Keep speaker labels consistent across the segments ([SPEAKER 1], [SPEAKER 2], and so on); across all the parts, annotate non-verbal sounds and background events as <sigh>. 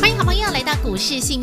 [SPEAKER 1] 欢迎好朋友来到股市幸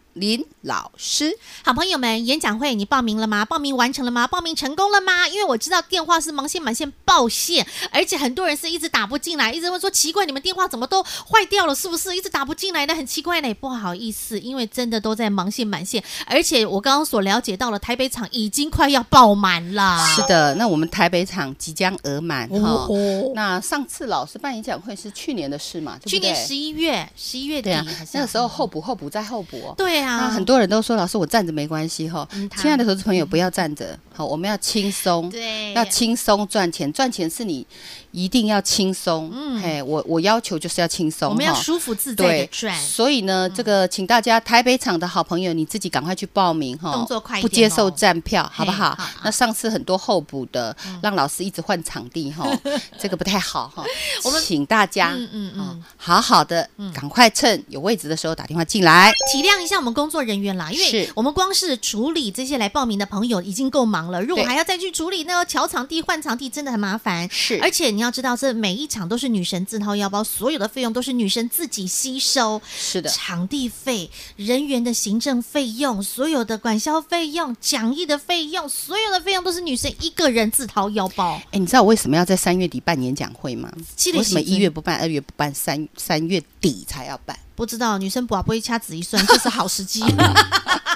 [SPEAKER 2] 林老师。
[SPEAKER 1] 好朋友们，演讲会你报名了吗？报名完成了吗？报名成功了吗？因为我知道电话是忙线满线爆线，而且很多人是一直打不进来，一直问说奇怪，你们电话怎么都坏掉了，是不是？一直打不进来的，很奇怪呢。不好意思，因为真的都在忙线满线，而且我刚刚所了解到了，台北场已经快要爆满了。
[SPEAKER 2] 是的，那我们台北场即将额满哈、
[SPEAKER 1] 哦，
[SPEAKER 2] 那上次老师办演讲会是去年的事嘛？对不
[SPEAKER 1] 去
[SPEAKER 2] 对
[SPEAKER 1] 年十一月，十一月底
[SPEAKER 2] 对啊
[SPEAKER 1] 好，像
[SPEAKER 2] 那个时候候补候补再候补、哦。
[SPEAKER 1] 对啊，
[SPEAKER 2] 那很多人都说老师我站着没关系哈、
[SPEAKER 1] 嗯他
[SPEAKER 2] 亲爱的投资朋友不要站着，好，我们要轻松。
[SPEAKER 1] 对
[SPEAKER 2] 要轻松赚钱，赚钱是你一定要轻松。
[SPEAKER 1] 嗯
[SPEAKER 2] 嘿，我我要求就是要轻松，
[SPEAKER 1] 我们要
[SPEAKER 2] 哈
[SPEAKER 1] 舒服自在的嗯
[SPEAKER 2] 对
[SPEAKER 1] 赚，
[SPEAKER 2] 所以呢，这个请大家台北场的好朋友，你自己赶快去报名哈，
[SPEAKER 1] 动作快一点哦
[SPEAKER 2] 不接受站票，好不好
[SPEAKER 1] 好？
[SPEAKER 2] 那上次很多候补的，让老师一直换场地
[SPEAKER 1] <laughs>
[SPEAKER 2] 哈，这个不太好哈。
[SPEAKER 1] 我们
[SPEAKER 2] 请大家
[SPEAKER 1] 嗯嗯嗯
[SPEAKER 2] 哦好好的，赶快趁有位置的时候打电话进来。
[SPEAKER 1] 体谅一下我们工作人员啦，因为
[SPEAKER 2] 是
[SPEAKER 1] 我们光是处理这些来报名的朋友已经够忙了，如果
[SPEAKER 2] 对
[SPEAKER 1] 还要再去处理那个调场地、换场地，真的很麻烦。
[SPEAKER 2] 是
[SPEAKER 1] 而且你要知道，这每一场都是女神自掏腰包，所有的费用都是女神自己吸收。
[SPEAKER 2] 是的，
[SPEAKER 1] 场地费、人员的行政费用、所有的管销费用、讲义的费用，所有的费用都是女神一个人自掏腰包。
[SPEAKER 2] 哎，你知道我为什么要在三月底办演讲会吗？
[SPEAKER 1] 这个
[SPEAKER 2] 为什么
[SPEAKER 1] 时间
[SPEAKER 2] 一月不办，二月不办，三三月底才要办？
[SPEAKER 1] 不知道女生不不会掐指一算，这是好时
[SPEAKER 2] <laughs>
[SPEAKER 1] 机。
[SPEAKER 2] 嗯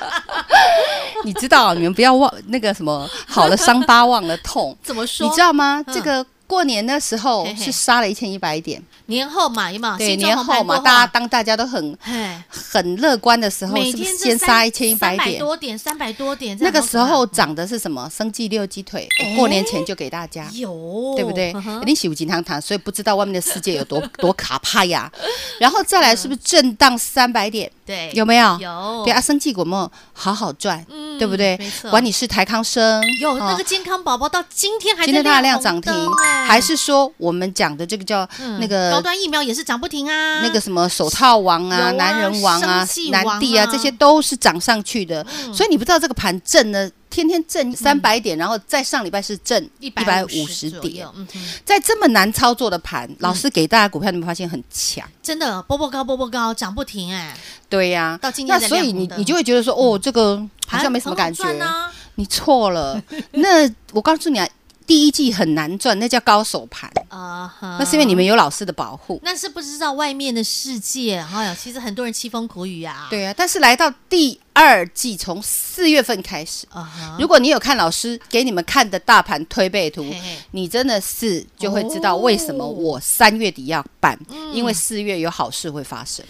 [SPEAKER 2] 你知道，啊你们不要忘那个什么，好了伤疤忘了痛。
[SPEAKER 1] <laughs> 怎么说？
[SPEAKER 2] 你知道吗？
[SPEAKER 1] 嗯
[SPEAKER 2] 这个过年的时候
[SPEAKER 1] 嘿嘿啊
[SPEAKER 2] 是杀了一千一百点，
[SPEAKER 1] 年后嘛，有没有？
[SPEAKER 2] 对，
[SPEAKER 1] 新装
[SPEAKER 2] 年
[SPEAKER 1] 红盘
[SPEAKER 2] 后嘛，
[SPEAKER 1] 过
[SPEAKER 2] 大家当大家都很
[SPEAKER 1] 嘿
[SPEAKER 2] 很乐观的时候，
[SPEAKER 1] 每
[SPEAKER 2] 是不
[SPEAKER 1] 天
[SPEAKER 2] 是先杀一千一百
[SPEAKER 1] 三百
[SPEAKER 2] 点？
[SPEAKER 1] 多点，三百多点，这
[SPEAKER 2] 那
[SPEAKER 1] 样
[SPEAKER 2] 个时候
[SPEAKER 1] 好可怕
[SPEAKER 2] 涨的是什么？生计六鸡腿，
[SPEAKER 1] 哎
[SPEAKER 2] 我过年前就给大家。
[SPEAKER 1] 有，
[SPEAKER 2] 啊对不对
[SPEAKER 1] 嗯哼？
[SPEAKER 2] 一定洗五金汤汤，所以不知道外面的世界有
[SPEAKER 1] <laughs>
[SPEAKER 2] 多多可怕呀。然后再来是不是震荡三百点？
[SPEAKER 1] 对，
[SPEAKER 2] 有没有？
[SPEAKER 1] 嗯有
[SPEAKER 2] 对啊，生计股们好好赚，
[SPEAKER 1] 嗯
[SPEAKER 2] 对不对
[SPEAKER 1] 没？错
[SPEAKER 2] 管你是台康生，
[SPEAKER 1] 有
[SPEAKER 2] 哦
[SPEAKER 1] 那个健康宝宝到今天还在
[SPEAKER 2] 今天它的量
[SPEAKER 1] 红
[SPEAKER 2] 涨停
[SPEAKER 1] 灯哎，
[SPEAKER 2] 还是说我们讲的这个叫
[SPEAKER 1] 嗯
[SPEAKER 2] 那个
[SPEAKER 1] 高端疫苗也是涨不停啊，
[SPEAKER 2] 那个什么手套王
[SPEAKER 1] 有啊
[SPEAKER 2] 啊、男人王啊
[SPEAKER 1] 生气、王
[SPEAKER 2] 男
[SPEAKER 1] 啊嗯
[SPEAKER 2] 帝啊，这些都是涨上去的。所以你不知道这个盘震呢，天天震三百点，然后再上礼拜是震一百五十
[SPEAKER 1] 150左
[SPEAKER 2] 点
[SPEAKER 1] 右，，嗯哼，
[SPEAKER 2] 在这么难操作的盘，老师给大家股票，你们发现很强。
[SPEAKER 1] 真的波波高波波高涨不停哎，
[SPEAKER 2] 对呀、
[SPEAKER 1] 到今天
[SPEAKER 2] 那
[SPEAKER 1] 才
[SPEAKER 2] 所以
[SPEAKER 1] 亮红
[SPEAKER 2] 你
[SPEAKER 1] 灯嗯
[SPEAKER 2] 你就会觉得说，哦，这个好
[SPEAKER 1] 盘
[SPEAKER 2] 像没什么感觉。
[SPEAKER 1] 很好赚啊
[SPEAKER 2] 你
[SPEAKER 1] <laughs>
[SPEAKER 2] 错了，那我告诉你啊，第一季很难赚，那叫高手盘，
[SPEAKER 1] 啊哈，
[SPEAKER 2] 那是因为你们有老师的保护。
[SPEAKER 1] 那是不知道外面的世界，哎呀，其实很多人凄风苦雨啊，
[SPEAKER 2] 对啊，但是来到第二季，从四月份开始，
[SPEAKER 1] 啊哈，
[SPEAKER 2] 如果你有看老师给你们看的大盘推背图
[SPEAKER 1] 嘿嘿，
[SPEAKER 2] 你真的是就会知道为什么我三月底要办，因为四月有好事会发生。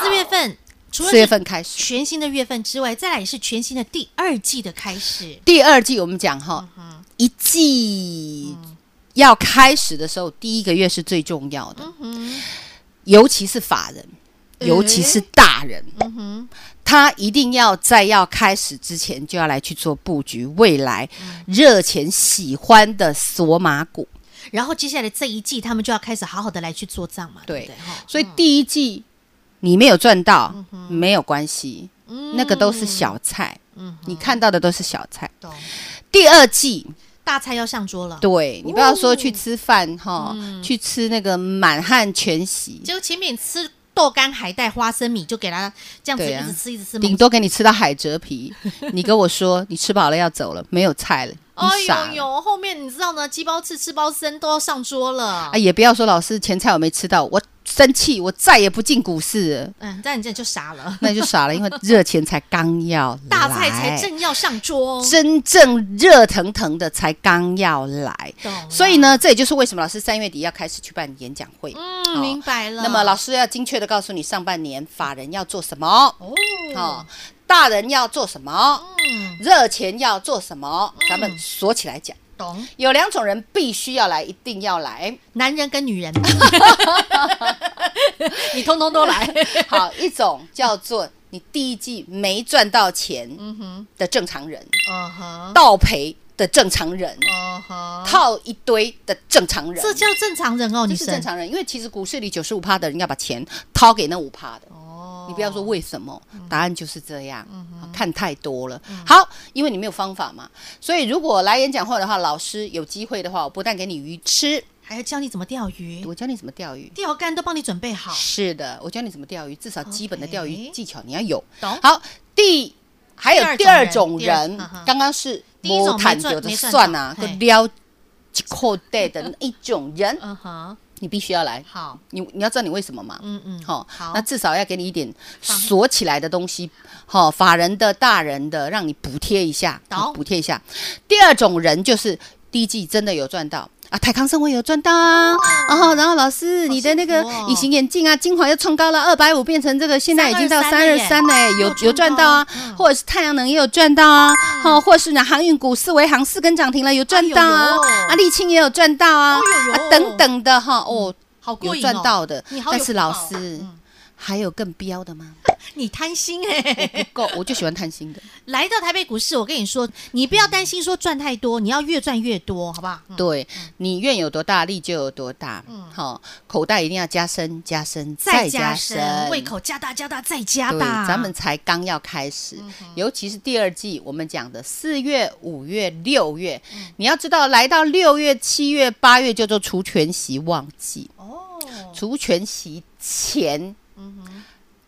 [SPEAKER 1] 四月份除了
[SPEAKER 2] 四月份开始，
[SPEAKER 1] 全新的月份之外，再来也是全新的第二季的开始。
[SPEAKER 2] 第二季我们讲哈，一季要开始的时候，第一个月是最重要的，尤其是法人，
[SPEAKER 1] 诶
[SPEAKER 2] 尤其是大人，他一定要在要开始之前就要来去做布局未来热钱喜欢的索马股。
[SPEAKER 1] 然后接下来这一季，他们就要开始好好的来去做账嘛，对
[SPEAKER 2] 对
[SPEAKER 1] 不对？哈，
[SPEAKER 2] 所以第一季你没有赚到，没有关系，那个都是小菜，你看到的都是小菜。
[SPEAKER 1] 懂。
[SPEAKER 2] 第二季，
[SPEAKER 1] 大菜要上桌了，
[SPEAKER 2] 对你不要说去吃饭
[SPEAKER 1] 哦
[SPEAKER 2] 哈，
[SPEAKER 1] 嗯
[SPEAKER 2] 去吃那个满汉全席，
[SPEAKER 1] 结果前面吃豆干、海带、花生米，就给他这样子
[SPEAKER 2] 对啊
[SPEAKER 1] 一直吃，一直吃，
[SPEAKER 2] 顶多给你吃到海
[SPEAKER 1] <laughs>
[SPEAKER 2] 蜇皮。你跟我说你吃饱了要走了，没有菜了，你
[SPEAKER 1] 哎
[SPEAKER 2] 傻
[SPEAKER 1] 呦
[SPEAKER 2] 了。
[SPEAKER 1] 呦，后面你知道呢，鸡包翅、翅包生都要上桌了
[SPEAKER 2] 啊，。也不要说老师前菜我没吃到，我生气，我再也不进股市了，
[SPEAKER 1] 嗯，但你这就傻了，
[SPEAKER 2] 那你就傻了，因为热钱才刚要
[SPEAKER 1] 大菜才
[SPEAKER 2] 来
[SPEAKER 1] 正要上桌，
[SPEAKER 2] 真正热腾腾的才刚要来。
[SPEAKER 1] 懂了？
[SPEAKER 2] 所以呢，这也就是为什么老师三月底要开始去办演讲会。
[SPEAKER 1] 嗯，明白了。
[SPEAKER 2] 那么老师要精确的告诉你，上半年法人要做什么，
[SPEAKER 1] 哦，
[SPEAKER 2] 哦，大人要做什么，
[SPEAKER 1] 嗯，
[SPEAKER 2] 热钱要做什么，咱们锁起来讲。
[SPEAKER 1] 懂。
[SPEAKER 2] 有两种人必须要来，一定要
[SPEAKER 1] <laughs>
[SPEAKER 2] 来。
[SPEAKER 1] 男人跟女人，你通通都来。
[SPEAKER 2] 好，一种叫做你第一季没赚到钱
[SPEAKER 1] 嗯哼，
[SPEAKER 2] 的正常人，
[SPEAKER 1] 嗯哼，
[SPEAKER 2] 倒赔的正常人，
[SPEAKER 1] 嗯哼，
[SPEAKER 2] 套一堆的正常人。
[SPEAKER 1] 这叫正常人哦，
[SPEAKER 2] 这
[SPEAKER 1] 女
[SPEAKER 2] 是
[SPEAKER 1] 生。
[SPEAKER 2] 正常人，因为其实股市里九十五趴的人要把钱掏给那五趴的。
[SPEAKER 1] 哦，嗯
[SPEAKER 2] 你不要说为什么，答案就是这样。看太多了，好，因为你没有方法嘛。所以如果来演讲会的话，老师有机会的话，我不但给你鱼吃，
[SPEAKER 1] 还要教你怎么钓鱼，
[SPEAKER 2] 我教你怎么钓鱼。
[SPEAKER 1] 钓竿都帮你准备好，
[SPEAKER 2] 是的，我教你怎么钓鱼，至少基本的钓鱼
[SPEAKER 1] OK
[SPEAKER 2] 技巧你要有。
[SPEAKER 1] 懂？
[SPEAKER 2] 好，第还有第
[SPEAKER 1] 第二
[SPEAKER 2] 二
[SPEAKER 1] 种
[SPEAKER 2] 种
[SPEAKER 1] 人
[SPEAKER 2] 人
[SPEAKER 1] 第二嗯，
[SPEAKER 2] 刚刚是
[SPEAKER 1] 第一种
[SPEAKER 2] 没赚
[SPEAKER 1] 没赚
[SPEAKER 2] 有的
[SPEAKER 1] 没赚
[SPEAKER 2] 算啊，
[SPEAKER 1] 到
[SPEAKER 2] 个
[SPEAKER 1] 嘿
[SPEAKER 2] 撩一口袋的那一种人，
[SPEAKER 1] 嗯哼，
[SPEAKER 2] 你必须要来。
[SPEAKER 1] 好，
[SPEAKER 2] 你你要知道你为什么嘛？
[SPEAKER 1] 嗯嗯，
[SPEAKER 2] 好、
[SPEAKER 1] 好
[SPEAKER 2] 那，至少要给你一点锁起来的东西，好、法人的、大人的，让你补贴一下，
[SPEAKER 1] 懂
[SPEAKER 2] 好补贴一下。第二种人就是第一季真的有赚到啊，泰康生活有赚到啊，然后、然后老师你的那个
[SPEAKER 1] 幸福哦
[SPEAKER 2] 隐形眼镜啊，精华又创高了，二百五变成这个，现在已经到三
[SPEAKER 1] 323
[SPEAKER 2] 二三了耶，有
[SPEAKER 1] 有
[SPEAKER 2] 有
[SPEAKER 1] 赚
[SPEAKER 2] 赚
[SPEAKER 1] 到
[SPEAKER 2] 到
[SPEAKER 1] 啊
[SPEAKER 2] 啊，
[SPEAKER 1] 嗯
[SPEAKER 2] 或者是太阳能也有赚到啊，好、或是呢航运股四维航四根涨停了有赚到
[SPEAKER 1] 哎
[SPEAKER 2] 啊
[SPEAKER 1] 呦呦，
[SPEAKER 2] 啊沥青也有赚到啊，
[SPEAKER 1] 哎呦呦
[SPEAKER 2] 啊等等的哈，哦。
[SPEAKER 1] 好过
[SPEAKER 2] 有
[SPEAKER 1] 瘾哦
[SPEAKER 2] 赚，到的
[SPEAKER 1] 你好，有
[SPEAKER 2] 但是
[SPEAKER 1] 福报
[SPEAKER 2] 老师
[SPEAKER 1] 嗯
[SPEAKER 2] 还有更标
[SPEAKER 1] <laughs>
[SPEAKER 2] 的吗？
[SPEAKER 1] 你贪心哎、
[SPEAKER 2] 不够，我就喜欢贪心的。
[SPEAKER 1] 来到台北股市，我跟你说，你不要担心说赚太多，你要越赚越多，好不好？嗯嗯
[SPEAKER 2] 对你愿有多大，力就有多大。好，口袋一定要加深、加深、
[SPEAKER 1] 再
[SPEAKER 2] 加
[SPEAKER 1] 加深，胃口加大加大再加
[SPEAKER 2] 对，
[SPEAKER 1] 大，嗯
[SPEAKER 2] 咱们才刚要开始，尤其是第二季，我们讲的四月、五月、六月，
[SPEAKER 1] 嗯
[SPEAKER 2] 你要知道，来到六月、七月、八月叫做除权息旺季。
[SPEAKER 1] 哦，
[SPEAKER 2] 除权息前，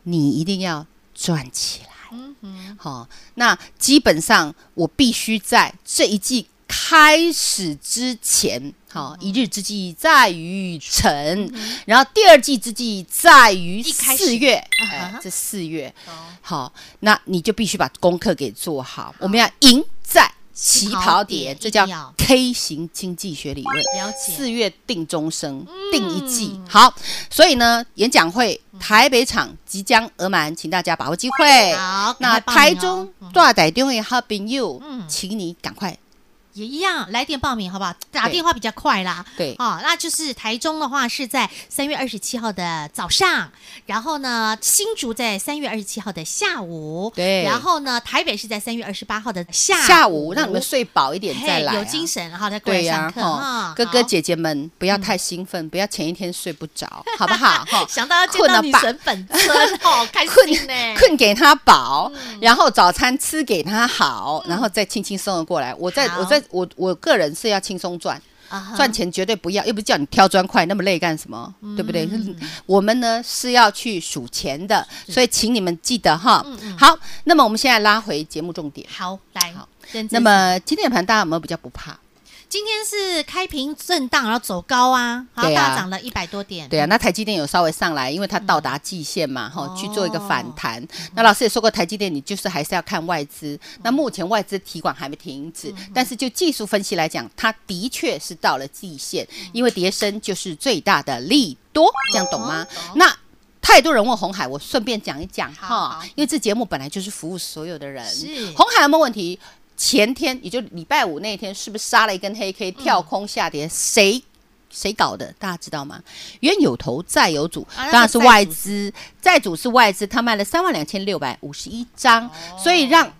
[SPEAKER 2] 你一定要赚起来。
[SPEAKER 1] 嗯哼，
[SPEAKER 2] 好、那基本上我必须在这一季开始之前，好、
[SPEAKER 1] 嗯
[SPEAKER 2] 一日之计在于晨，然后第二季之计在于
[SPEAKER 1] 一开始
[SPEAKER 2] 四月，
[SPEAKER 1] 啊哦哈
[SPEAKER 2] 哎、这四月，
[SPEAKER 1] 懂
[SPEAKER 2] 好、那你就必须把功课给做好。我们要赢在
[SPEAKER 1] 起
[SPEAKER 2] 起
[SPEAKER 1] 跑
[SPEAKER 2] 跑
[SPEAKER 1] 点
[SPEAKER 2] 点，
[SPEAKER 1] 一
[SPEAKER 2] 这
[SPEAKER 1] 定
[SPEAKER 2] 叫
[SPEAKER 1] 要
[SPEAKER 2] K 型经济学理论。
[SPEAKER 1] 了解，嗯
[SPEAKER 2] 四月定终生，定一季。好，所以呢，演讲会台北场即将额满，请大家把握机会。
[SPEAKER 1] 好，
[SPEAKER 2] 那
[SPEAKER 1] 赶快报名
[SPEAKER 2] 台
[SPEAKER 1] 哦
[SPEAKER 2] 中
[SPEAKER 1] 嗯
[SPEAKER 2] 大台中的好朋友，
[SPEAKER 1] 嗯
[SPEAKER 2] 请你赶快
[SPEAKER 1] 也一样，来电报名好不好？打
[SPEAKER 2] 对
[SPEAKER 1] 电话比较快啦。
[SPEAKER 2] 对
[SPEAKER 1] 哦，那就是台中的话是在三月二十七号的早上，然后呢，新竹在三月二十七号的下午，
[SPEAKER 2] 对
[SPEAKER 1] 然后呢，台北是在三月二十八号的下
[SPEAKER 2] 下午让你们睡饱一点
[SPEAKER 1] 嘿
[SPEAKER 2] 再来啊，
[SPEAKER 1] 有精神，然后再过来
[SPEAKER 2] 对
[SPEAKER 1] 上
[SPEAKER 2] 呀，
[SPEAKER 1] 课
[SPEAKER 2] 哈
[SPEAKER 1] 哈。
[SPEAKER 2] 哥哥
[SPEAKER 1] 好嗯
[SPEAKER 2] 姐姐们不要太兴奋，不要前一天睡不着，好不好？哈，
[SPEAKER 1] <laughs> 想到要见
[SPEAKER 2] 困
[SPEAKER 1] 到
[SPEAKER 2] 了
[SPEAKER 1] 女
[SPEAKER 2] 吧
[SPEAKER 1] 神本尊，
[SPEAKER 2] <laughs>
[SPEAKER 1] 好开
[SPEAKER 2] 困
[SPEAKER 1] 心呢。嗯
[SPEAKER 2] 困给他饱，然后早餐吃给他好，然后再轻轻松的过来。我在
[SPEAKER 1] 好
[SPEAKER 2] 我在我我个人是要轻松赚，
[SPEAKER 1] 啊哈
[SPEAKER 2] 赚钱绝对不要，又不是叫你挑砖块那么累干什么？
[SPEAKER 1] 嗯
[SPEAKER 2] 对不对？我们呢是要去数钱的，所以请你们记得哈。
[SPEAKER 1] 嗯
[SPEAKER 2] 好，那么我们现在拉回节目重点。
[SPEAKER 1] 好来
[SPEAKER 2] 好，
[SPEAKER 1] 认真
[SPEAKER 2] 那么今天的盘大家有没有比较不怕？
[SPEAKER 1] 今天是开平震荡，然后走高啊，然后
[SPEAKER 2] 对啊
[SPEAKER 1] 大涨了一百多点。
[SPEAKER 2] 对啊，那台积电有稍微上来，因为它到达季线嘛，哈、
[SPEAKER 1] 嗯哦嗯
[SPEAKER 2] 去做一个反弹。那老师也说过，台积电你就是还是要看外资。那目前外资提款还没停止，
[SPEAKER 1] 嗯
[SPEAKER 2] 但是就技术分析来讲，它的确是到了季线，
[SPEAKER 1] 嗯
[SPEAKER 2] 因为跌升就是最大的利多，这样懂吗？
[SPEAKER 1] 哦
[SPEAKER 2] 那。太多人问红海，我顺便讲一讲
[SPEAKER 1] 好好
[SPEAKER 2] 哈，因为这节目本来就是服务所有的人。
[SPEAKER 1] 是
[SPEAKER 2] 红海有没有问题？前天也就礼拜五那一天，是不是杀了一根黑 K 跳空下跌？谁谁搞的？大家知道吗？原有头债有主，
[SPEAKER 1] 啊那个
[SPEAKER 2] 当然是外资，债主是外资，他卖了三万两千六百五十一张，所以让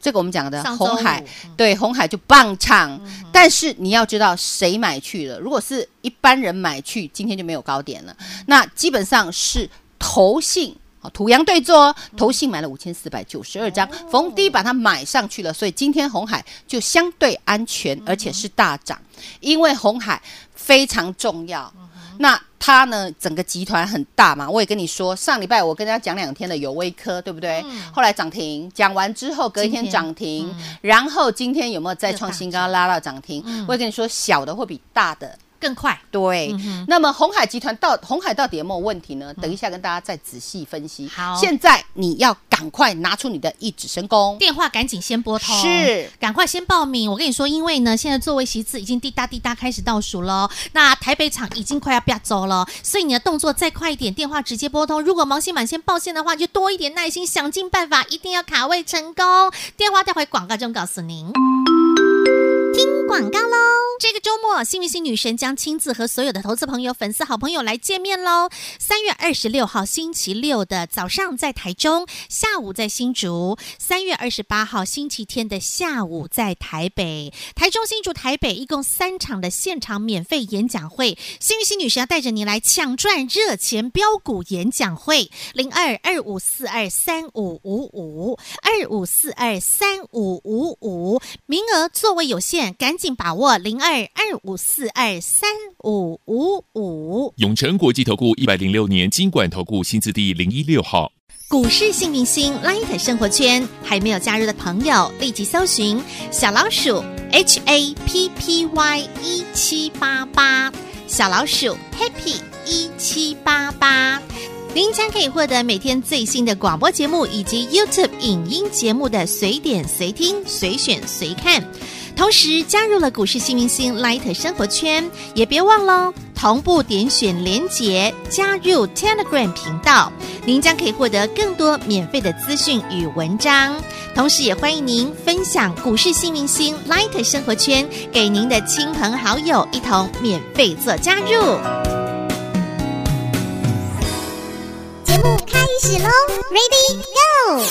[SPEAKER 2] 这个我们讲的
[SPEAKER 1] 上周
[SPEAKER 2] 红海
[SPEAKER 1] 五，嗯
[SPEAKER 2] 对红海就棒唱。但是你要知道谁买去了，如果是一般人买去，今天就没有高点
[SPEAKER 1] 嗯
[SPEAKER 2] 了。那基本上是投信。好土洋对坐哦，
[SPEAKER 1] 嗯
[SPEAKER 2] 投信买了五千四百九十二
[SPEAKER 1] 哦
[SPEAKER 2] 张，逢低把它买上去了，所以今天红海就相对安
[SPEAKER 1] 嗯
[SPEAKER 2] 全，而且是大涨，因为红海非常重要。
[SPEAKER 1] 嗯
[SPEAKER 2] 那它呢，整个集团很大嘛，我也跟你说，上礼拜我跟大家讲两天的有威科，对不对？后来涨停，讲完之后隔一
[SPEAKER 1] 嗯今
[SPEAKER 2] 天
[SPEAKER 1] 天嗯
[SPEAKER 2] 涨停，然后今天有没有再创新
[SPEAKER 1] 又大嗯
[SPEAKER 2] 高拉到涨停？我也跟你说，小的会比大的。
[SPEAKER 1] 更快。
[SPEAKER 2] 对，
[SPEAKER 1] 嗯
[SPEAKER 2] 那么红海集团到红海到底有没有问题呢？等一下跟大家再仔细分析。
[SPEAKER 1] 好
[SPEAKER 2] 现在你要赶快拿出你的一指神功。
[SPEAKER 1] 电话赶紧先拨通，
[SPEAKER 2] 是
[SPEAKER 1] 赶快先报名。我跟你说，因为呢，现在座位席次已经滴答滴答开始倒数了，那台北场已经快要啪走了，所以你的动作再快一点，电话直接拨通。如果毛线满线报线的话，就多一点耐心，想尽办法，一定要卡位成功。电话带回广告中告诉您。广告喽！这个周末，幸运星女神将亲自和所有的投资朋友、粉丝、好朋友来见面喽。三月二十六号星期六的早上在台中，下午在新竹；三月二十八号星期天的下午在台北。台中、新竹、台北一共三场的现场免费演讲会，幸运星女神要带着你来抢赚热钱标股演讲会，零二二五四二三五五五二五四二三五五五，名额座位有限，赶紧把握零二二五四二三五五五。
[SPEAKER 3] 永诚国际投顾一百零六年金管投顾新字第零一六号，
[SPEAKER 1] 股市幸明星 Light 生活圈还没有加入的朋友，立即搜寻小老鼠 HAPPY 一七八八，小老鼠 Happy 一七八八。您将可以获得每天最新的广播节目以及 YouTube 影音节目的随点随听、随选随看。同时加入了股市新明星 Light 生活圈，也别忘了哦同步点选连结加入 Telegram 频道，您将可以获得更多免费的资讯与文章。同时，也欢迎您分享股市新明星 Light 生活圈给您的亲朋好友，一同免费做加入。
[SPEAKER 4] 节目开始喽，Ready Go！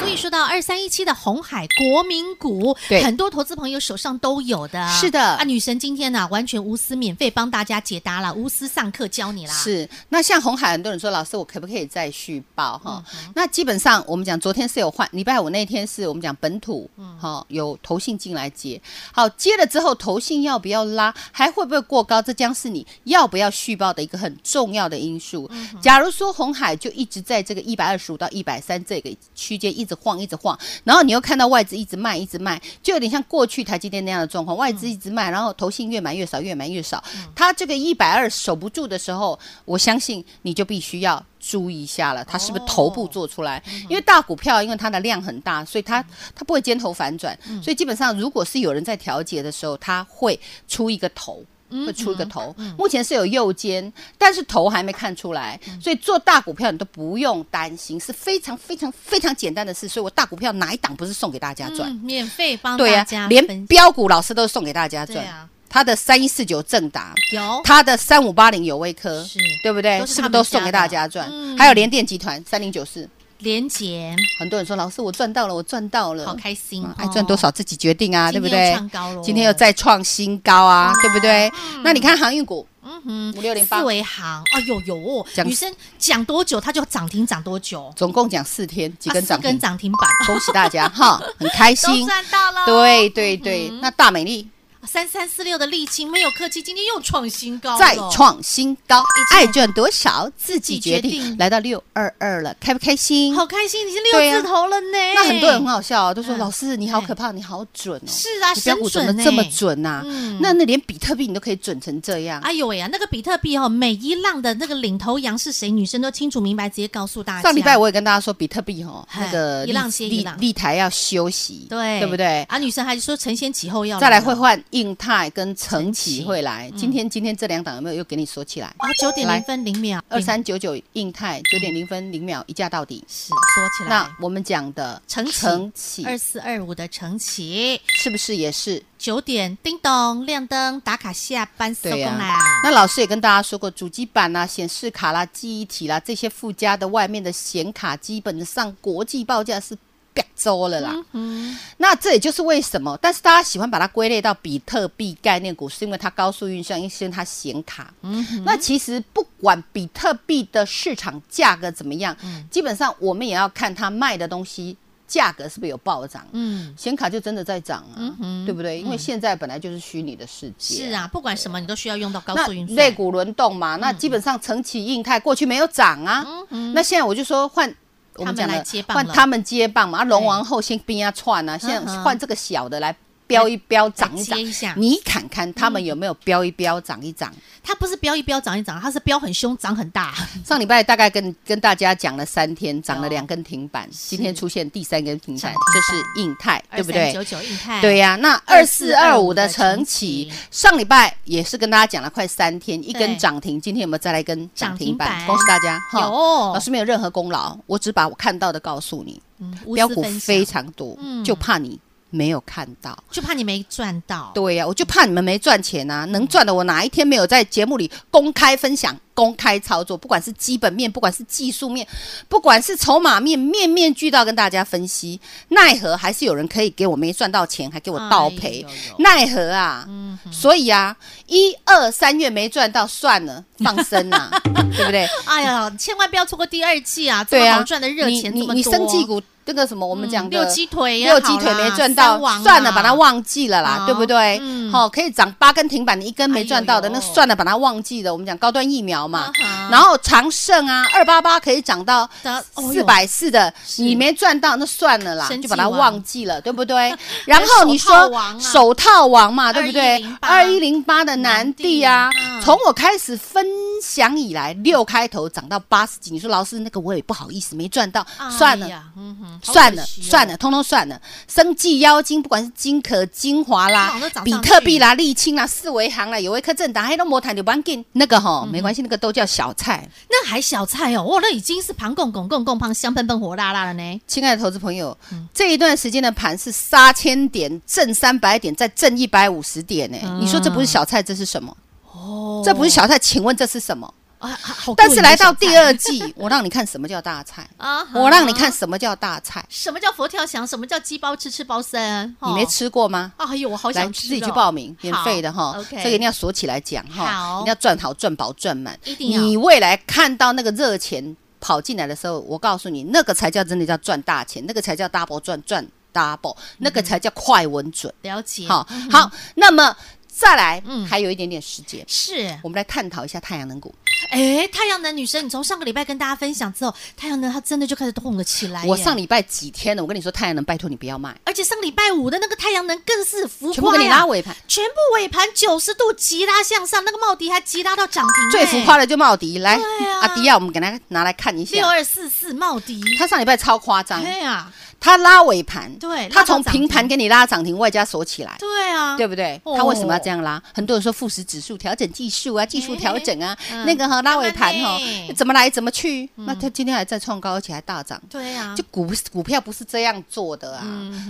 [SPEAKER 1] 所以说到二三一七的红海国民股，
[SPEAKER 2] 对
[SPEAKER 1] 很多投资朋友手上都有的。
[SPEAKER 2] 是的
[SPEAKER 1] 啊，女神今天呢、完全无私免费帮大家解答了，无私上课教你啦。，
[SPEAKER 2] 是，那像红海，很多人说老师，我可不可以再续报哈？
[SPEAKER 1] 嗯
[SPEAKER 2] 那基本上我们讲，昨天是有换，礼拜五那天是我们讲本土，
[SPEAKER 1] 嗯
[SPEAKER 2] 哈、有投信进来接，好接了之后，投信要不要拉，还会不会过高，这将是你要不要续报的一个很重要的因素。
[SPEAKER 1] 嗯
[SPEAKER 2] 假如说红海就一直在这个一百二十五到一百三这个区间一直晃，一直晃，然后你又看到外资一直卖，一直卖，就有点像过去台积电那样的状况，外
[SPEAKER 1] 嗯
[SPEAKER 2] 资一直卖，然后投信越买越少，越买越少。它这个一百二守不住的时候，我相信你就必须要注意一下了，它是不是头部做出来？因为大股票，因为它的量很大，所以它它不会尖头反转，所以基本上如果是有人在调节的时候，它会出一个头。会出一个头，目前是有右肩，但是头还没看出来，所以做大股票你都不用担心，是非常非常非常简单的事。所以我大股票哪一档不是送给大家赚？
[SPEAKER 1] 嗯，免费帮
[SPEAKER 2] 对
[SPEAKER 1] 大
[SPEAKER 2] 呀、
[SPEAKER 1] 家分、
[SPEAKER 2] 连标股老师都是送给大家
[SPEAKER 1] 对
[SPEAKER 2] 赚。
[SPEAKER 1] 啊，
[SPEAKER 2] 他的三一四九正达，
[SPEAKER 1] 有
[SPEAKER 2] 他的三五八零有威科，
[SPEAKER 1] 是
[SPEAKER 2] 对不对？
[SPEAKER 1] 都是他
[SPEAKER 2] 是不是
[SPEAKER 1] 们
[SPEAKER 2] 都送
[SPEAKER 1] 家
[SPEAKER 2] 给
[SPEAKER 1] 的
[SPEAKER 2] 大家赚？
[SPEAKER 1] 嗯
[SPEAKER 2] 还有联电集团三零九四，
[SPEAKER 1] 连结，
[SPEAKER 2] 很多人说老师我赚到了，我赚到了，
[SPEAKER 1] 好开心
[SPEAKER 2] 啊
[SPEAKER 1] 哦，
[SPEAKER 2] 爱赚多少自己决定啊，对
[SPEAKER 1] 今
[SPEAKER 2] 不
[SPEAKER 1] 天
[SPEAKER 2] 对
[SPEAKER 1] 又创高咯？
[SPEAKER 2] 今天又再创新高啊，对不对？那你看航运股
[SPEAKER 1] 嗯哼，
[SPEAKER 2] 五六零八
[SPEAKER 1] 四，维行，哎呦呦，
[SPEAKER 2] 讲
[SPEAKER 1] 女生讲多久它就涨停涨多久，
[SPEAKER 2] 总共讲四天，几根涨
[SPEAKER 1] 啊四根
[SPEAKER 2] 停，
[SPEAKER 1] 涨停板，
[SPEAKER 2] 恭喜大家哈，很开
[SPEAKER 1] 都
[SPEAKER 2] 心。
[SPEAKER 1] 赚到了。嗯
[SPEAKER 2] 对对对，那大美丽
[SPEAKER 1] 三三四六的沥青没有客气，今天又创新高了，
[SPEAKER 2] 再创新高，
[SPEAKER 1] 经
[SPEAKER 2] 爱赚多少自己决
[SPEAKER 1] 自己决定
[SPEAKER 2] 定，来到六二二了，开不开心？
[SPEAKER 1] 好开心，你是
[SPEAKER 2] 对
[SPEAKER 1] 六
[SPEAKER 2] 啊
[SPEAKER 1] 字头了呢。
[SPEAKER 2] 那很多人很好笑啊，都说
[SPEAKER 1] 嗯
[SPEAKER 2] 老师你好可怕，你好准哦。
[SPEAKER 1] 是啊，
[SPEAKER 2] 你标
[SPEAKER 1] 神
[SPEAKER 2] 股怎
[SPEAKER 1] 准
[SPEAKER 2] 么
[SPEAKER 1] 呢
[SPEAKER 2] 这么？准呐
[SPEAKER 1] 嗯？
[SPEAKER 2] 那那连比特币你都啊可以准成这样，
[SPEAKER 1] 哎呦喂呀，那个比特币哦，每一浪的那个领头羊是谁，女生都清楚明白，直接告诉大家。
[SPEAKER 2] 上礼拜我也跟大家说，比特币哈
[SPEAKER 1] 嗨
[SPEAKER 2] 那个
[SPEAKER 1] 啊一浪接一
[SPEAKER 2] 立
[SPEAKER 1] 浪
[SPEAKER 2] 立台要休息，
[SPEAKER 1] 对
[SPEAKER 2] 对不对？
[SPEAKER 1] 啊，女生还说承先启后要
[SPEAKER 2] 再来
[SPEAKER 1] 了嗯
[SPEAKER 2] 会换印泰跟晨
[SPEAKER 1] 晨起
[SPEAKER 2] 起会来，今天今天这两档有没有又给你锁起来？
[SPEAKER 1] 啊，九点
[SPEAKER 2] 来
[SPEAKER 1] 零分零秒
[SPEAKER 2] 二三九九印泰九点零分零秒一价到底。
[SPEAKER 1] 是说起来
[SPEAKER 2] 那，我们讲的
[SPEAKER 1] 晨起
[SPEAKER 2] 晨起
[SPEAKER 1] 二四二五的晨起
[SPEAKER 2] 是不是也是
[SPEAKER 1] 九点叮咚亮灯打卡下班收工
[SPEAKER 2] 对呀
[SPEAKER 1] 啦。
[SPEAKER 2] 那老师也跟大家说过，主机板啦、显示卡啦、记忆体啦这些附加的外面的显卡，基本上国际报价是百周了啦。
[SPEAKER 1] 嗯
[SPEAKER 2] 那这也就是为什么，但是大家喜欢把它归类到比特币概念股，是因为它高速运算，因为它显卡。
[SPEAKER 1] 嗯
[SPEAKER 2] 那其实不管比特币的市场价格怎么样，
[SPEAKER 1] 嗯
[SPEAKER 2] 基本上我们也要看它卖的东西价格是不是有暴涨。
[SPEAKER 1] 嗯，
[SPEAKER 2] 显卡就真的在涨啊，对不对？因为现在本来就是虚拟的世界。
[SPEAKER 1] 是啊，不管什么你都需要用到高
[SPEAKER 2] 那
[SPEAKER 1] 速运算。
[SPEAKER 2] 肋骨轮动
[SPEAKER 1] 嗯
[SPEAKER 2] 嘛，那基本上成其印泰过去没有涨啊，那现在我就说换。我
[SPEAKER 1] 他们
[SPEAKER 2] 们讲
[SPEAKER 1] 来
[SPEAKER 2] 的
[SPEAKER 1] 接棒
[SPEAKER 2] 换
[SPEAKER 1] 了
[SPEAKER 2] 他们接棒嘛，啊龙王后先兵啊串啊，现在
[SPEAKER 1] 嗯哼
[SPEAKER 2] 换这个小的来飙一飙，涨一
[SPEAKER 1] 接
[SPEAKER 2] 涨。
[SPEAKER 1] 一下，嗯
[SPEAKER 2] 你看看他们有没有飙一飙，涨一涨？
[SPEAKER 1] 它不是飙一飙涨一涨，它是飙很凶，涨很大。
[SPEAKER 2] 上礼拜大概跟跟大家讲了三天，涨
[SPEAKER 1] 有
[SPEAKER 2] 了两根停板，今天出现第三根停
[SPEAKER 1] 涨
[SPEAKER 2] 板，
[SPEAKER 1] 停
[SPEAKER 2] 就是印泰， <laughs> 对不对？
[SPEAKER 1] 九九印泰，
[SPEAKER 2] 对呀、那二四二五
[SPEAKER 1] 2425
[SPEAKER 2] 的
[SPEAKER 1] 的
[SPEAKER 2] 晨
[SPEAKER 1] 晨
[SPEAKER 2] 起
[SPEAKER 1] 起，
[SPEAKER 2] 上礼拜也是跟大家讲了快三天，一根
[SPEAKER 1] 对
[SPEAKER 2] 涨停，今天有没有再来一根涨停板？
[SPEAKER 1] 涨停板
[SPEAKER 2] 恭喜大家！哈
[SPEAKER 1] 有
[SPEAKER 2] 老师没有任何功劳，我只把我看到的告诉你，
[SPEAKER 1] 嗯，无
[SPEAKER 2] 标
[SPEAKER 1] 私
[SPEAKER 2] 股
[SPEAKER 1] 分
[SPEAKER 2] 非
[SPEAKER 1] 享，
[SPEAKER 2] 常多，
[SPEAKER 1] 嗯
[SPEAKER 2] 就怕你没有看到。
[SPEAKER 1] 就怕你没赚到。
[SPEAKER 2] 对呀、我就怕你们没赚钱啊！能赚的我哪一天没有在节目里公开分享、公开操作？不管是基本面，不管是技术面，不管是筹码面，面面俱到跟大家分析。奈何还是有人可以给我没赚到钱，还给我倒赔。
[SPEAKER 1] 哎呦呦
[SPEAKER 2] 奈何啊，所以啊，一二三月没赚到算了，放生
[SPEAKER 1] <laughs>
[SPEAKER 2] 啊，对不对？
[SPEAKER 1] 哎呀，千万不要错过第二季啊！这
[SPEAKER 2] 对
[SPEAKER 1] 么
[SPEAKER 2] 啊，
[SPEAKER 1] 好赚的热钱这
[SPEAKER 2] 你你
[SPEAKER 1] 么多，
[SPEAKER 2] 你生技股那个什么，我
[SPEAKER 1] 我
[SPEAKER 2] 们讲的
[SPEAKER 1] 六鸡腿也好
[SPEAKER 2] 六
[SPEAKER 1] 啦，
[SPEAKER 2] 鸡腿没赚到
[SPEAKER 1] 三王，啊
[SPEAKER 2] 算了，把它忘记了啦，
[SPEAKER 1] 好
[SPEAKER 2] 对不对？
[SPEAKER 1] 嗯
[SPEAKER 2] 好，可以涨八根停板，你一根没赚到的，
[SPEAKER 1] 哎呦
[SPEAKER 2] 那
[SPEAKER 1] 呦
[SPEAKER 2] 算了，把它忘记了。我们讲高端疫苗嘛
[SPEAKER 1] 啊，哈
[SPEAKER 2] 然后长盛啊，二八八可以涨到
[SPEAKER 1] 的哦
[SPEAKER 2] 四
[SPEAKER 1] 哟
[SPEAKER 2] 百四的，
[SPEAKER 1] 是
[SPEAKER 2] 你没赚到，那算了啦
[SPEAKER 1] 生，
[SPEAKER 2] 就
[SPEAKER 1] 计
[SPEAKER 2] 把它
[SPEAKER 1] 王
[SPEAKER 2] 忘记了，对不对？ <laughs> 然后你
[SPEAKER 1] 手套
[SPEAKER 2] 说
[SPEAKER 1] 王啊
[SPEAKER 2] 手套王嘛，对不对？二一零八的南地啊
[SPEAKER 1] 南，地嗯
[SPEAKER 2] 从我开始分享以来，六开头涨到八十几，你说老师那个我也不好意思没赚到，算了
[SPEAKER 1] 哎。呀，嗯哼好
[SPEAKER 2] 算了
[SPEAKER 1] 可惜哦
[SPEAKER 2] 算了，通通算了。生计妖精，不管是金可、精华啦
[SPEAKER 1] 啊通通都涨、
[SPEAKER 2] 比
[SPEAKER 1] 上去
[SPEAKER 2] 特币啦、沥青啦、四维行啦、有维科正达、黑龙魔毯、牛板金，那个
[SPEAKER 1] 嗯
[SPEAKER 2] 哈没关系，那个都叫小菜。
[SPEAKER 1] 那还小菜哦，哇，那已经是盘拱拱拱拱胖香喷喷火辣辣了呢。
[SPEAKER 2] 亲爱的投资朋友，
[SPEAKER 1] 嗯
[SPEAKER 2] 这一段时间的盘是杀千点、挣三百点，再挣一百五十点呢、
[SPEAKER 1] 嗯
[SPEAKER 2] 你说这不是小菜，这是什么？
[SPEAKER 1] 哦
[SPEAKER 2] 这不是小菜，请问这是什么？
[SPEAKER 1] 啊，啊好过瘾
[SPEAKER 2] 但
[SPEAKER 1] 的
[SPEAKER 2] 是来到
[SPEAKER 1] 小菜
[SPEAKER 2] 第二季，我让你看什么叫大
[SPEAKER 1] <laughs>
[SPEAKER 2] 菜，
[SPEAKER 1] 啊哈
[SPEAKER 2] 我让你看什么叫大菜，
[SPEAKER 1] 什么叫佛跳墙，什么叫鸡包吃吃包生，哦
[SPEAKER 2] 你没吃过吗？
[SPEAKER 1] 啊？哎呦，我好
[SPEAKER 2] 来
[SPEAKER 1] 想吃哦，
[SPEAKER 2] 自己去报名，免费的
[SPEAKER 1] 好
[SPEAKER 2] 哈，
[SPEAKER 1] OK，
[SPEAKER 2] 这个一定要锁起来讲哈，
[SPEAKER 1] 好
[SPEAKER 2] 一定要赚好、赚饱、赚满。
[SPEAKER 1] 一定要
[SPEAKER 2] 你未来看到那个热钱跑进来的时候，我告诉你，那个才叫真的叫赚大钱，那个才叫 double 赚赚
[SPEAKER 1] 嗯
[SPEAKER 2] double，那个才叫快稳准。
[SPEAKER 1] 了解
[SPEAKER 2] 好好，那么再来
[SPEAKER 1] 嗯，
[SPEAKER 2] 还有一点点时间，
[SPEAKER 1] 是，
[SPEAKER 2] 我们来探讨一下太阳能股。
[SPEAKER 1] 哎，太阳能女生，你从上个礼拜跟大家分享之后，太阳能它真的就开始动了起来耶。
[SPEAKER 2] 我上礼拜几天了，我跟你说，太阳能，拜托你不要卖，
[SPEAKER 1] 而且上礼拜五的那个太阳能更是浮夸呀，
[SPEAKER 2] 全部给你拉尾盘。
[SPEAKER 1] 全部尾盘九十度急拉向上，那个茂迪还急拉到涨停，
[SPEAKER 2] 最浮夸的就茂迪，来
[SPEAKER 1] 对啊
[SPEAKER 2] 阿迪亚，我们给它拿来看一
[SPEAKER 1] 六
[SPEAKER 2] 下，
[SPEAKER 1] 二四四茂迪，
[SPEAKER 2] 它上礼拜超夸张，
[SPEAKER 1] 对啊，
[SPEAKER 2] 它拉尾盘，
[SPEAKER 1] 对
[SPEAKER 2] 它
[SPEAKER 1] 拉到
[SPEAKER 2] 从
[SPEAKER 1] 涨
[SPEAKER 2] 平盘
[SPEAKER 1] 停
[SPEAKER 2] 给你拉涨停，外加锁起来。
[SPEAKER 1] 对啊，
[SPEAKER 2] 对不对？
[SPEAKER 1] 哦哎
[SPEAKER 2] 它为什么要这样拉？很多人说富时指数调整技术啊，技术调整啊，
[SPEAKER 1] 嗯
[SPEAKER 2] 那个哈拉尾盘哈
[SPEAKER 1] 慢慢，呢
[SPEAKER 2] 怎么来怎么去。那它今天还在创高，而且还大涨。
[SPEAKER 1] 对啊，嗯
[SPEAKER 2] 就股股票不是这样做的啊！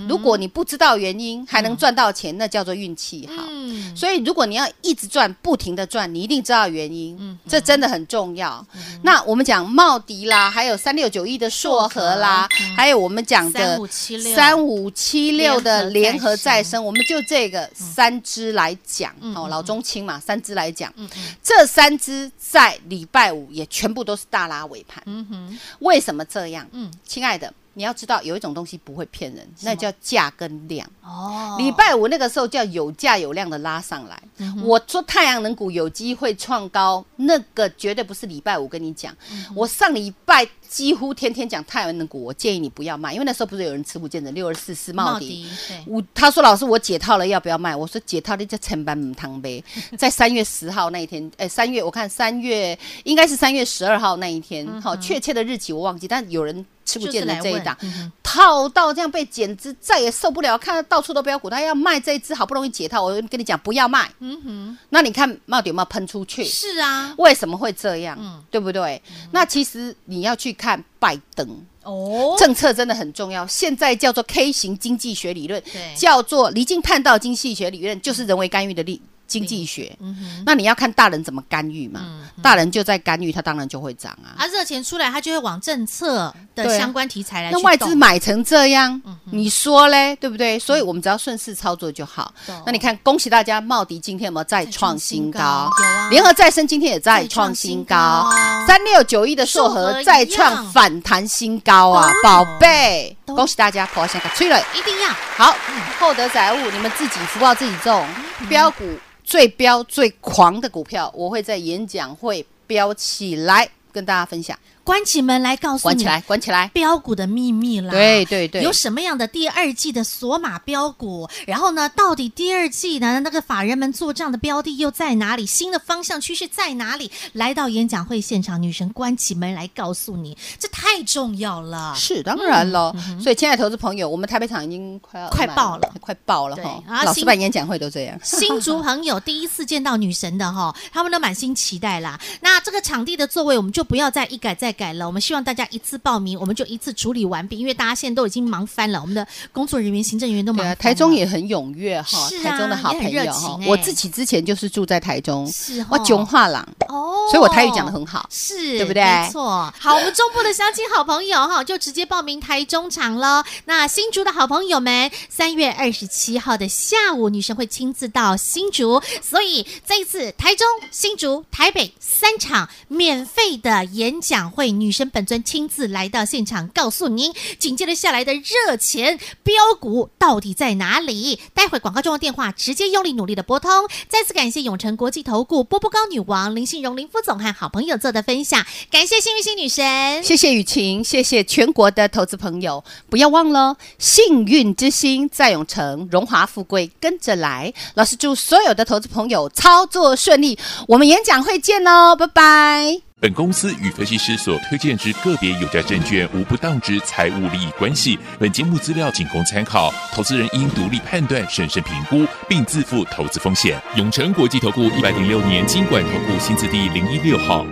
[SPEAKER 2] 如果你不知道原因还能赚到钱，那叫做运气好。
[SPEAKER 1] 嗯，
[SPEAKER 2] 所以如果你要一直赚，不停的赚，你一定知道原因，
[SPEAKER 1] 嗯
[SPEAKER 2] 这真的很重要。那我们讲茂迪啦，还有三六九一的硕和啦，
[SPEAKER 1] 嗯
[SPEAKER 2] 还有我们讲的
[SPEAKER 1] 3576
[SPEAKER 2] 三五七六的联
[SPEAKER 1] 联
[SPEAKER 2] 合
[SPEAKER 1] 合
[SPEAKER 2] 再
[SPEAKER 1] 再
[SPEAKER 2] 生，
[SPEAKER 1] 生
[SPEAKER 2] 我们就这个三只来讲，哦，老中青嘛，三只来讲，
[SPEAKER 1] 嗯
[SPEAKER 2] 这三只在礼拜五也全部都是大拉尾盘。
[SPEAKER 1] 嗯哼，
[SPEAKER 2] 为什么这样？
[SPEAKER 1] 嗯
[SPEAKER 2] 亲爱的，你要知道有一种东西不会骗人，那叫价跟量。
[SPEAKER 1] 哦，嗯
[SPEAKER 2] 礼拜五那个时候叫有价有量的拉上来。我说太阳能股有机会创高，那个绝对不是礼拜五跟你讲。
[SPEAKER 1] 嗯
[SPEAKER 2] 我上礼拜几乎天天讲太阳能股，我建议你不要卖，因为那时候不是有人持股见证六二四四茂
[SPEAKER 1] 茂
[SPEAKER 2] 迪。
[SPEAKER 1] 迪，对，
[SPEAKER 2] 我他说老师我解套了要不要卖？我说解套的叫成班母
[SPEAKER 1] <laughs>
[SPEAKER 2] 汤呗，在三月十号那一天，哎、三月我看三月应该是三月十二号那一天，
[SPEAKER 1] 嗯
[SPEAKER 2] 好、确切的日期我忘记，但有人吃不
[SPEAKER 1] 就是
[SPEAKER 2] 见的
[SPEAKER 1] 来
[SPEAKER 2] 这一
[SPEAKER 1] 问
[SPEAKER 2] 档
[SPEAKER 1] 嗯哼，
[SPEAKER 2] 套到这样被减资，再也受不了，看到到处都标股，他要卖这一只，好不容易解套，我就跟你讲不要卖，
[SPEAKER 1] 嗯哼，
[SPEAKER 2] 那你看帽底有没有喷出去？
[SPEAKER 1] 是啊，
[SPEAKER 2] 为什么会这样？
[SPEAKER 1] 嗯
[SPEAKER 2] 对不对？那其实你要去看拜登。
[SPEAKER 1] 哦，
[SPEAKER 2] 政策真的很重要。现在叫做 K 型经济学理论
[SPEAKER 1] 对，
[SPEAKER 2] 叫做离经叛道经济学理论，就是人为干预的力经济学。
[SPEAKER 1] 嗯
[SPEAKER 2] 那你要看大人怎么干预嘛，大人就在干预，他当然就会涨啊。
[SPEAKER 1] 啊，热钱出来，它就会往政策
[SPEAKER 2] 对啊
[SPEAKER 1] 的相关题材来去
[SPEAKER 2] 那
[SPEAKER 1] 动，嗯
[SPEAKER 2] 外资买成这样，你说嘞，对不对？所以我们只要顺势操作就好
[SPEAKER 1] 懂。
[SPEAKER 2] 那你看，恭喜大家，茂迪今天有没有再创新高
[SPEAKER 1] 再创新高有？啊
[SPEAKER 2] 联合再生今天也再
[SPEAKER 1] 再
[SPEAKER 2] 创
[SPEAKER 1] 创
[SPEAKER 2] 新
[SPEAKER 1] 新
[SPEAKER 2] 高
[SPEAKER 1] 高，
[SPEAKER 2] 三六九一的硕
[SPEAKER 1] 硕
[SPEAKER 2] 和
[SPEAKER 1] 和
[SPEAKER 2] 再
[SPEAKER 1] 一样
[SPEAKER 2] 创反弹新高啊，
[SPEAKER 1] 懂
[SPEAKER 2] 宝贝，
[SPEAKER 1] 哦懂嗯
[SPEAKER 2] 恭喜大家，跑下个吹了。
[SPEAKER 1] 一定要
[SPEAKER 2] 好，厚德载物，你们自己福报自己种。
[SPEAKER 1] 嗯
[SPEAKER 2] 标股最标最狂的股票，我会在演讲会标起来跟大家分享。
[SPEAKER 1] 关起门来告诉
[SPEAKER 2] 关
[SPEAKER 1] 你
[SPEAKER 2] 起来，关起来。
[SPEAKER 1] 标股的秘密啦。
[SPEAKER 2] 对对对
[SPEAKER 1] 有，什么样的第二季的索马标股？然后呢，到底第二季呢那个法人们做账的标的又在哪里？新的方向趋势在哪里？来到演讲会现场，女神关起门来告诉你，这太重要
[SPEAKER 2] <laughs>
[SPEAKER 1] 了。
[SPEAKER 2] 是当然喽。所以，亲爱的投资朋友，我们台北场已经快要
[SPEAKER 1] 嗯快爆了，
[SPEAKER 2] 快爆了
[SPEAKER 1] 对
[SPEAKER 2] 哈
[SPEAKER 1] 啊！
[SPEAKER 2] 老
[SPEAKER 1] 新
[SPEAKER 2] 师办演讲会都这样。
[SPEAKER 1] 新竹朋友第一次见到女神的哈，他们都满心期待啦。那这个场地的座位我们就不要再一改再改了，我们希望大家一次报名，我们就一次处理完毕，因为大家现在都已经忙翻了，我们的工作人员、行政人员都忙
[SPEAKER 2] 对
[SPEAKER 1] 翻
[SPEAKER 2] 啊，
[SPEAKER 1] 了。
[SPEAKER 2] 台中也很踊跃哈
[SPEAKER 1] 是，啊
[SPEAKER 2] 台中的好朋
[SPEAKER 1] 也很热
[SPEAKER 2] 友
[SPEAKER 1] 情
[SPEAKER 2] 哈
[SPEAKER 1] 欸。
[SPEAKER 2] 我自己之前就是住在台中，
[SPEAKER 1] 是哦
[SPEAKER 2] 我囧画廊，
[SPEAKER 1] 哦，
[SPEAKER 2] 所以我台语讲的很好。
[SPEAKER 1] 是，
[SPEAKER 2] 对不对
[SPEAKER 1] 没错。好，我们中部的乡亲好朋友哈，就直接报名台中场喽。那新竹的好朋友们，三月二十七号的下午，女神会亲自到新竹，所以这一次台中、新竹、台北三场免费的演讲会，女神本尊亲自来到现场，告诉您紧接着下来的热钱标股到底在哪里。待会广告中的电话直接用力努力的拨通。再次感谢永诚国际投顾波波高女王林信荣林副总和好朋友做的分享，感谢幸运星女神。
[SPEAKER 2] 谢谢雨晴，谢谢全国的投资朋友，不要忘了，幸运之星在永城，荣华富贵跟着来。老师祝所有的投资朋友操作顺利，我们演讲会见喽，拜拜。
[SPEAKER 3] 本公司与分析师所推荐之个别有价证券无不当之财务利益关系。本节目资料仅供参考，投资人应独立判断、审慎评估，并自负投资风险。永诚国际投顾一百零六年经管投顾新字第零一六号。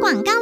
[SPEAKER 1] 广告喽。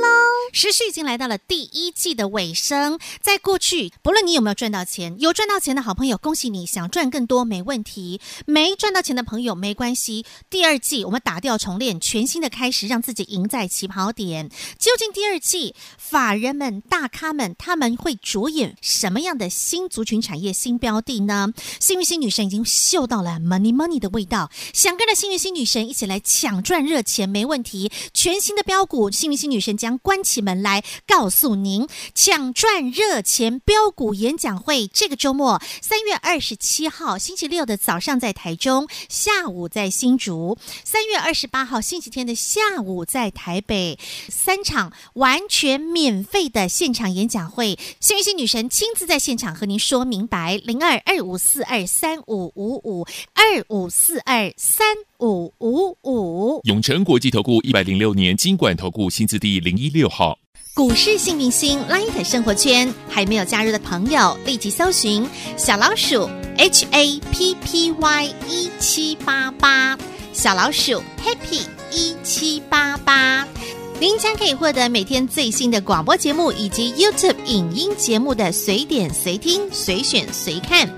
[SPEAKER 1] 时序已经来到了第一季的尾声，在过去，不论你有没有赚到钱，有赚到钱的好朋友，恭喜你，想赚更多没问题；没赚到钱的朋友没关系，第二季我们打掉重练，全新的开始，让自己赢在起跑点。究竟第二季法人们、大咖们他们会着眼什么样的新族群产业、新标的呢？幸运星女神已经嗅到了 money money 的味道，想跟着幸运星女神一起来抢赚热钱没问题。全新的标股，幸运星女神将关起门来告诉您，抢赚热钱标股演讲会这个周末三月二十七号星期六的早上在台中，下午在新竹；三月二十八号星期天的下午在台北，三场完全免费的现场演讲会，幸运星女神亲自在现场和您说明白。零二二五四二三五五五二五四二三五五五。
[SPEAKER 3] 永诚国际投顾一百零六年经管投顾新字第零一六号。
[SPEAKER 1] 股市幸运星 Light 生活圈还没有加入的朋友，立即搜寻小老鼠 HAPPY 一七八八，小老鼠 Happy 一七八八。您将可以获得每天最新的广播节目以及 YouTube 影音节目的随点随听、随选随看。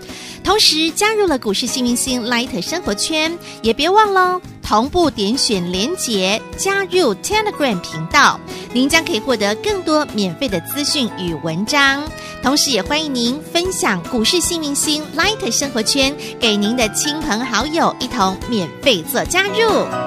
[SPEAKER 1] 同时加入了股市幸运星 Light 生活圈，也别忘了哦同步点选连结加入 Telegram 频道，您将可以获得更多免费的资讯与文章。同时，也欢迎您分享股市幸运星 Light 生活圈给您的亲朋好友，一同免费做加入。